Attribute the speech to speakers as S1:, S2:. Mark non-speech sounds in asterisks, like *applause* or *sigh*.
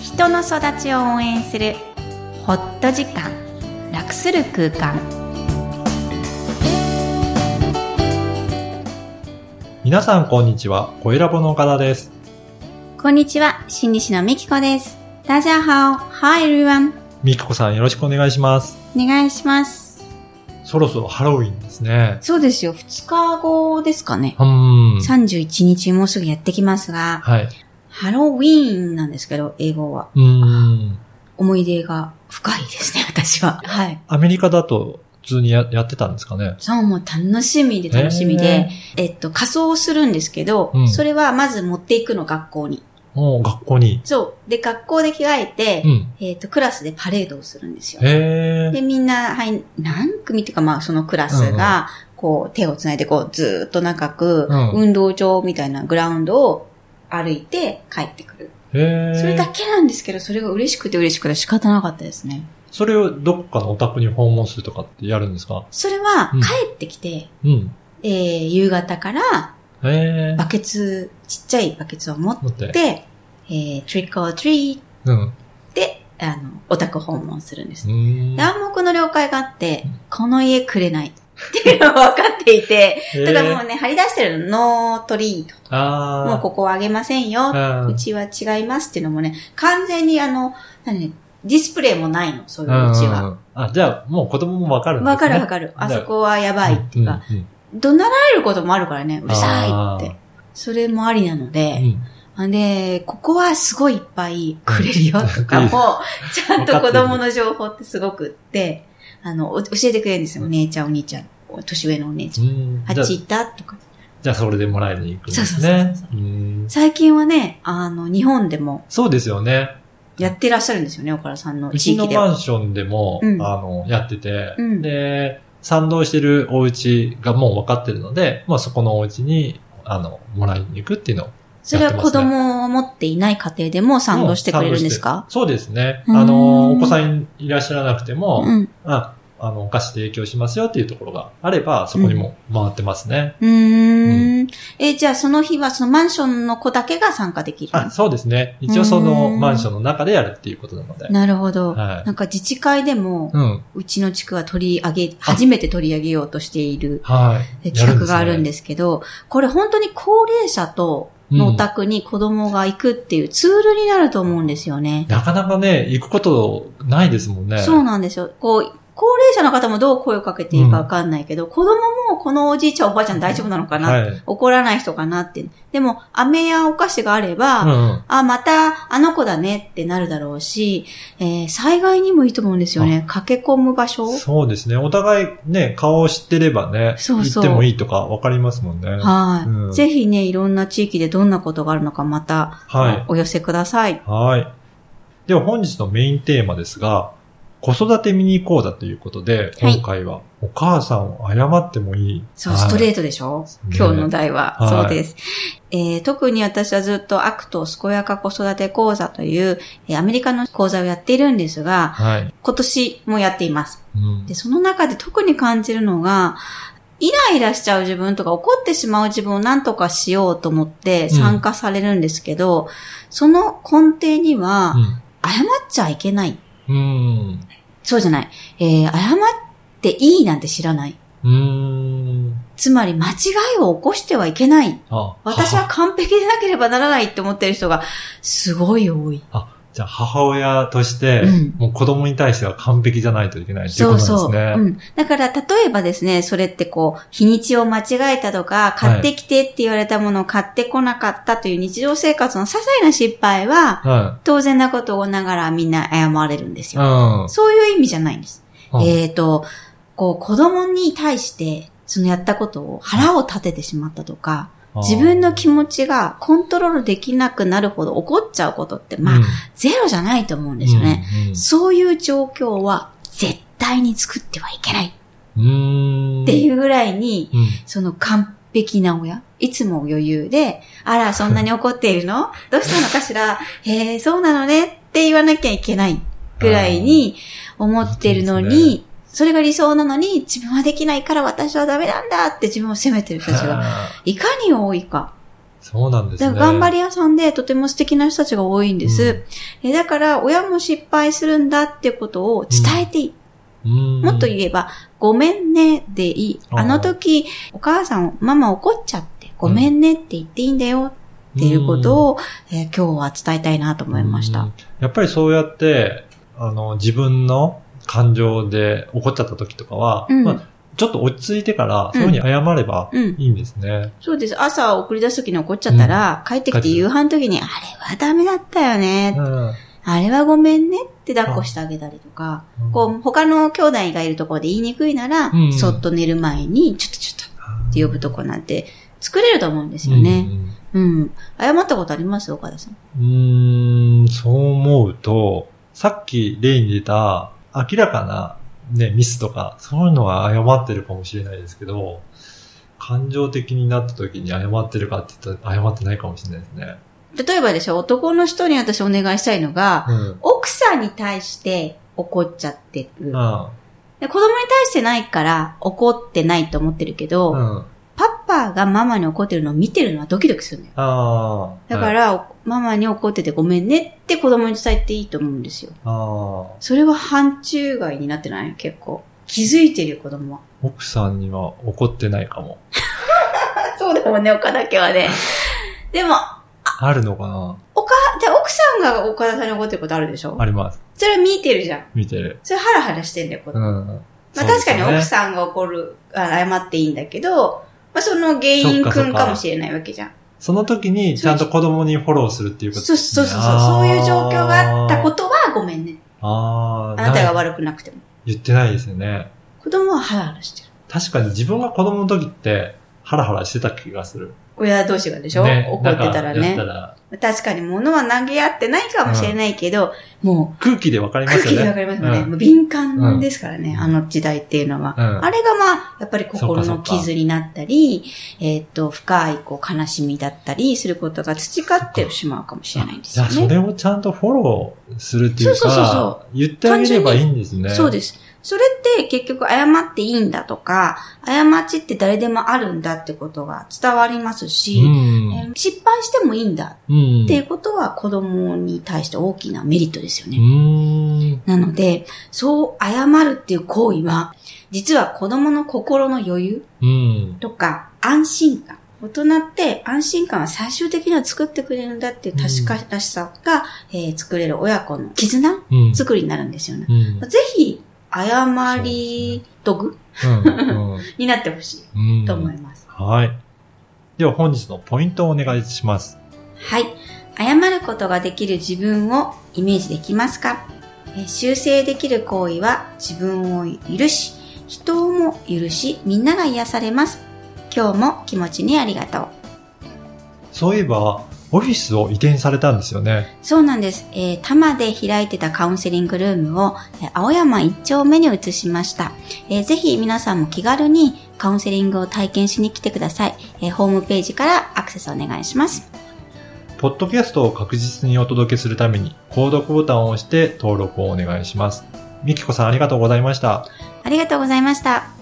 S1: 人の育ちを応援するホット時間楽する空間
S2: 皆さんこんにちは、声ラボの岡田です。
S1: こんにちは心理師のみきこですダジャハオ Hi everyone
S2: みきこさんよろしくお願いします。
S1: お願いします
S2: そろそろハロウィンですね。
S1: そうですよ2日後ですかね
S2: うーん。
S1: 31日もうすぐやってきますが
S2: はい。
S1: ハロウィーンなんですけど英語は
S2: うーん。
S1: 思い出が深い *laughs* ですね私ははい
S2: アメリカだと普通にややってたんですかね。
S1: そう、もう楽しみで *laughs* 楽しみで、えっと、仮装をするんですけど、
S2: うん
S1: それはまず持っていくの、学校に。
S2: もう学校に。
S1: そう。で、学校で着替えて、
S2: うん。
S1: えっと、クラスでパレードをするんですよ。
S2: へ
S1: で、
S2: え。
S1: みんな、はい、何組っていうか、まあ、そのクラスが、こう、手をつないで、こう、ずーっと長く、
S2: うん
S1: 運動場みたいなグラウンドを歩いて帰ってくる。
S2: へえ。
S1: それだけなんですけど、それが嬉しくて嬉しくて仕方なかったですね。
S2: それをどっかのお宅に訪問するとかってやるんですか
S1: それは
S2: う、ん
S1: 帰ってきて、
S2: うん。
S1: えー、夕方から、
S2: へえ。
S1: バケツ、ちっちゃいバケツを持っ
S2: 待って。
S1: て、えー、トリックオートリー
S2: うん。う
S1: で、あの、お宅訪問するんです。
S2: ーん。
S1: で暗黙の了解があって、この家くれない。っていうのは分かっていて、
S2: へ
S1: だ
S2: ー
S1: からもうね、張り出してるの、ノートリーと。
S2: あー
S1: もうここはあげませんよ。
S2: あー
S1: うちは違いますっていうのもね、完全にあの、何ディスプレイもないの、そういううちは。
S2: んんんあ、じゃあ、もう子供もわかるんですね。
S1: わかるわかる。あそこはやばいっていうか、
S2: うん。うん
S1: 怒鳴られることもあるからね、うるさ
S2: あ
S1: いっ
S2: ー
S1: て。それもありなので、
S2: うん
S1: で、ここはすごいいっぱいくれるよとかも、ちゃんと子供の情報ってすごくって、あの、お教えてくれるんですよ。お姉ちゃん、お兄ちゃん、お年上のお姉ちゃん。
S2: うん
S1: あっ
S2: じゃあ
S1: ち行ったとか。
S2: じゃあそれでもらえに行くんです
S1: そ
S2: ね
S1: うそうそう。
S2: うん
S1: 最近はね、あの、日本でも
S2: そうですよね。
S1: やってらっしゃるんですよね、岡田さんの
S2: う
S1: 地
S2: ちの
S1: 域で
S2: マ
S1: は。
S2: ンションでも、
S1: うん
S2: あの、やってて、
S1: うん
S2: で、賛同してるお家がもう分かってるので、まあそこのお家に、あの、もらいに行くっていうのを。
S1: それは子供を持っていない家庭でも賛同してくれるんですか
S2: そうですね。
S1: うん
S2: あの、お子さんいらっしゃらなくても、
S1: うん。
S2: ああの、お菓子提供しますよっていうところがあれば、そこにも回ってますね。
S1: うーん。え、じゃあその日はそのマンションの子だけが参加できる
S2: あ、そうですね。一応その
S1: うん
S2: マンションの中でやるっていうことなので。
S1: なるほど。
S2: はい。
S1: なんか自治会でも、
S2: うん。
S1: うちの地区は取り上げ、初めて取り上げようとしている
S2: はい。
S1: え企画があ
S2: や
S1: るん
S2: すね
S1: ですけど、これ本当に高齢者とのお宅に子供が行くっていうツールになると思うんですよね。
S2: なかなかね、行くことないですもんね。
S1: そうなんですよ。こう、高齢者の方もどう声をかけていいかわかんないけど、子供もこのおじいちゃんおばあちゃん大丈夫なのかな、
S2: はい。
S1: 怒らない人かなって。でも、飴やお菓子があれば、
S2: うんうん。
S1: あ、また、あの子だねってなるだろうし、えー災害にもいいと思うんですよね。駆け込む場所
S2: そうですね。お互いね、顔を知ってればね、
S1: そうそう
S2: 行ってもいいとかわかりますもんね。は
S1: はい、
S2: うん
S1: ぜひね、いろんな地域でどんなことがあるのかまた、
S2: はい
S1: お寄せください。
S2: い。では本日のメインテーマですが、子育て見に行こうだということで、
S1: はい
S2: 今回はお母さんを謝ってもいい。
S1: そう、スト
S2: ー
S1: レートでしょ、
S2: ね
S1: 今日の題は。
S2: はい
S1: そうです、えー特に私はずっとアクト健やか子育て講座という、えーアメリカの講座をやっているんですが、
S2: はい。はい。
S1: 今年もやっています。
S2: うん
S1: で、その中で特に感じるのが、イライラしちゃう自分とか怒ってしまう自分を何とかしようと思って参加されるんですけど、その根底には、謝っちゃいけない
S2: うん。うん。
S1: そうじゃない。えー謝っていいなんて知らない。
S2: うーん。
S1: つまり間違いを起こしてはいけない。
S2: あ
S1: 私は完璧でなければならないって思ってる人がすごい多い。
S2: じゃあ母親として、
S1: うん
S2: もう子供に対しては完璧じゃないといけないっていう
S1: そ
S2: こ
S1: う
S2: となんですね。
S1: そう。うん。だから、例えばですね、それってこう、日にちを間違えたとか、買ってきてって言われたものを買ってこなかったという日常生活の些細な失敗は、
S2: は
S1: 当然なことをながらみんな謝れるんです
S2: い。
S1: よ。
S2: うん。
S1: そういう意味じゃないんです。
S2: うん
S1: えっ、と、こう、子供に対して、そのやったことを腹を立ててしまったとか、自分の気持ちがコントロールできなくなるほど怒っちゃうことって、まあ、ゼロじゃないと思うんですよね。
S2: うん。
S1: そういう状況は絶対に作ってはいけないっ
S2: うん。。
S1: ていううぐらいに、
S2: うん。
S1: その完璧な親、いつも余裕で、あら、そんなに怒っている
S2: *laughs*
S1: のどうしたのかしらへえ、そうなのねって言わなきゃいけないぐらいに思ってるの
S2: そうです
S1: に、それが理想なのに自
S2: *laughs*
S1: 分はできないから私はダメなんだって自分を責めてる人たちが
S2: あー
S1: いかに多いか。
S2: そうなんです
S1: だ
S2: ね。
S1: から頑張り屋さんでとても素敵な人たちが多いんです。えだから親も失敗するんだってことを伝えていい。
S2: うん。
S1: もっと
S2: い。
S1: 言えば、ごめんねでいい。
S2: あー
S1: あの時、お母さん、ママ怒っちゃって、ごめんねって言っていいんだよっていうことを、えー今日は伝えたいなと思いまし
S2: う
S1: た
S2: ん。。やっぱりそうやって、あの、自分の感情で怒っちゃった時とかは、
S1: うん
S2: まあ、ちょっと落ち着いてから、
S1: う
S2: そ
S1: ん
S2: ういうふうに謝れば
S1: うん。
S2: いいんですね。
S1: そうです。朝送り出す時に怒っちゃったら、帰ってきて夕飯の時に、あれはダメだったよね
S2: う。ん。
S1: あれはごめんねって抱っこしてあげたりとか、こう、他の兄弟がいるところで言いにくいなら、
S2: うん
S1: そっと寝る前に、ちょっとちょっと
S2: うん
S1: って呼ぶとこなんて作れると思うんですよね。うん。謝ったことあります岡田さん。
S2: うん。うーん、そう思うと、さっき例に出た明らかなね、ミスとか、そういうのは謝ってるかもしれないですけど、感情的になった時に謝ってるかって言ったら謝ってないかもしれないですね。
S1: 例えばでしょ、男の人に私お願いしたいのが、
S2: うん。うん。
S1: 奥さんに対して怒っちゃってる。で子供に対してないから怒ってないと思ってるけど、
S2: うん。あ
S1: パパがママに怒ってるのを見てるのはドキドキするのよ。
S2: あー。
S1: だから、ママに怒っててごめんねって子供に伝えていいと思うんですよ。
S2: ああ、
S1: それは範疇外になってない結構。気づいてるよ、子供は。 *laughs*
S2: 奥さんには怒ってないかも。
S1: そうだもんね、岡田家はね。 *laughs* でも、
S2: あるのかな
S1: で、奥さんが岡田さんに怒ってることあるでしょ
S2: あります。
S1: それ見てるじゃん。
S2: 見てる。
S1: それハラハラしてんだよ、子
S2: う
S1: 供。
S2: ん。
S1: まあ確かに奥
S2: ん。
S1: さんが怒る、あ謝っていいんだけど、まあその原因くんかもしれないわけじゃん。
S2: その時にちゃんと子供にフォローするっていうこと
S1: そうそうそうそう。そういう状況があったことはごめんね。
S2: と。あー
S1: あ
S2: あー、
S1: なたが
S2: い
S1: 悪くなくても。
S2: 言ってないですよね。
S1: 子供はハラハラしてる。
S2: 確かに自分が子供の時って、ハラハラしてた気がする。
S1: 親同士がでしょ、
S2: ね
S1: 怒ってたら
S2: なんかや
S1: ね
S2: っ。たら
S1: 確かに物は投げ合ってないかもしれないけど、も
S2: 空気でわか
S1: う
S2: りま
S1: 空
S2: す
S1: 気
S2: よ
S1: で
S2: ね。
S1: わかりますよね。
S2: うん
S1: もう敏感ですからね、
S2: うん
S1: あの時代っていうのは。
S2: うん
S1: あれがまあ、やっぱり心
S2: そっ
S1: の
S2: かそっか
S1: 傷になったり、えーっと、深いこう悲しみだったりすることが培ってしまうかもしれないんです
S2: じゃ
S1: よ
S2: あ、そ
S1: ね。
S2: れをちゃんとフォローするっていうか、
S1: そうそうそ
S2: 言ってあげればいいんですね。
S1: そう
S2: す。
S1: です。それって結局謝っていいんだとか、過ちって誰でもあるんだってことが伝わりますし、えー失敗してもいいんだ
S2: うん。
S1: っていうことは子供に対して大きなメリットですよ
S2: う
S1: ね。
S2: ん。
S1: なので、そう謝るっていう行為は、実は子供の心の余裕
S2: うん。
S1: とか安心感。大人って安心感は最終的には作ってくれるんだっていう確からしさが、えー作れる親子の絆
S2: うん。
S1: 作りになるんですよね。
S2: うん。
S1: ぜひ、謝り道具
S2: うん
S1: になってほし
S2: うん
S1: いと思
S2: うん
S1: います。
S2: はい。では本日のポイントをお願いします。
S1: はい。謝ることができる自分をイメージできますかえー修正できる行為は自分を許し、人をも許し、みんなが癒されます。今日も気持ちにありがとう。
S2: そういえば、オフィスを移転されたんですよね。
S1: そうなんです。えー、多摩で開いてたカウンセリングルームを、えー青山一丁目に移しました、えーぜひ皆さんも気軽にカウンセリングを体験しに来てください。えーホームページからアクセスお願いします。
S2: ポッドキャストを確実にお届けするために、購読ボタンを押して登録をお願いします。みきこさんありがとうございました。
S1: ありがとうございました。